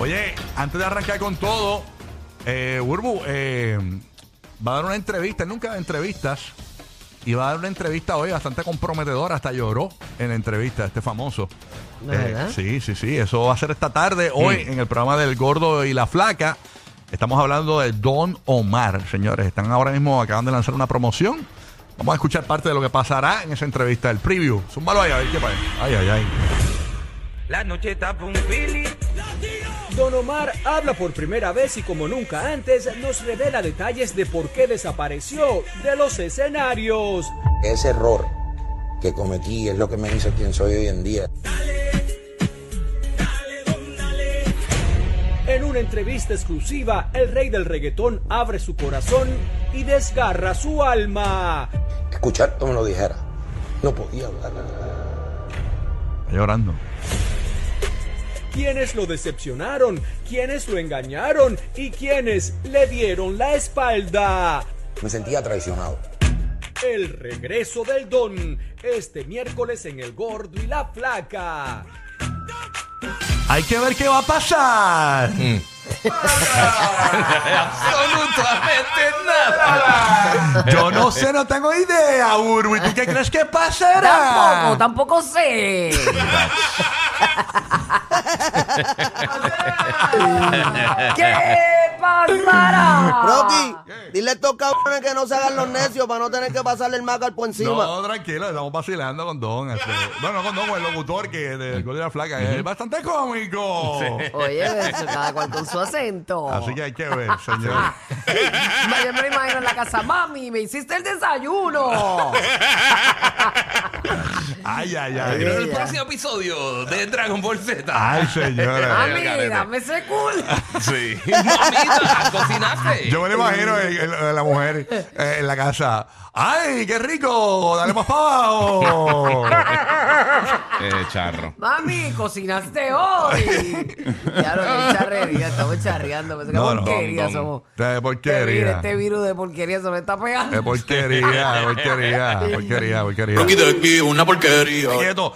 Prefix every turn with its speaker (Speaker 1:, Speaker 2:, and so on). Speaker 1: Oye, antes de arrancar con todo, eh, Burbu eh, va a dar una entrevista, él nunca da entrevistas, y va a dar una entrevista hoy bastante comprometedora, hasta lloró en la entrevista, este famoso. Eh,
Speaker 2: ¿De verdad?
Speaker 1: sí, sí, sí, eso va a ser esta tarde, hoy, en el programa del Gordo y la Flaca. Estamos hablando de Don Omar, señores. Están ahora mismo, acaban de lanzar una promoción. Vamos a escuchar parte de lo que pasará en esa entrevista, el preview. Zúmbalo ahí, a ver qué pasa. Ay, ay, ay.
Speaker 3: La noche tapa un pili.
Speaker 4: Don Omar habla por primera vez y como nunca antes nos revela detalles de por qué desapareció de los escenarios.
Speaker 5: Ese error que cometí es lo que me hizo quien soy hoy en día.
Speaker 4: En una entrevista exclusiva, el rey del reggaetón abre su corazón y desgarra su alma.
Speaker 5: Escuchar como lo dijera. No podía hablar.
Speaker 1: Está llorando.
Speaker 4: ¿Quiénes lo decepcionaron? ¿Quiénes lo engañaron? ¿Y quiénes le dieron la espalda?
Speaker 5: Me sentía traicionado.
Speaker 4: El regreso del don, este miércoles en El Gordo y la Flaca.
Speaker 1: Hay que ver qué va a pasar.
Speaker 3: Absolutamente nada.
Speaker 1: Yo no sé, no tengo idea, Urbu. ¿Y tú qué crees que
Speaker 2: Tampoco,
Speaker 1: pasará?
Speaker 2: tampoco sé. ¿Qué pasará?
Speaker 6: Rocky,
Speaker 2: Ah.
Speaker 6: dile a estos cabrones que no se hagan los necios para no tener que pasarle el maco al por encima.
Speaker 1: No, tranquilo, estamos vacilando con Don. este. Bueno, no con Don, con el locutor que del Gol de la Flaca es bastante cómico.
Speaker 2: Oye, eso, cada cual con su acento.
Speaker 1: Así que hay que ver, señor.
Speaker 2: Ma, Yo me lo imagino en la casa, mami, me hiciste el desayuno.
Speaker 1: Ay, ay,
Speaker 3: Pero en el
Speaker 1: ay.
Speaker 2: Ella.
Speaker 3: próximo episodio de Dragon Ball Z.
Speaker 1: Ay, señora.
Speaker 2: mami,
Speaker 3: careta.
Speaker 2: dame ese culo.
Speaker 3: Sí. Mamita, cocinaste.
Speaker 1: Yo me lo imagino en- en- en la mujer eh, en la casa. ¡Ay, qué rico! ¡Dale más para abajo!
Speaker 7: charro.
Speaker 2: Mami, cocinaste hoy. Ya no, qué charrería, estamos charreando. Qué
Speaker 1: No, no,
Speaker 2: porquería
Speaker 7: don, don.
Speaker 2: somos.
Speaker 1: De porquería.
Speaker 2: Este virus de porquería se me está pegando.
Speaker 1: De porquería, de porquería, de porquería, de porquería.
Speaker 7: una porquería.
Speaker 1: Quieto.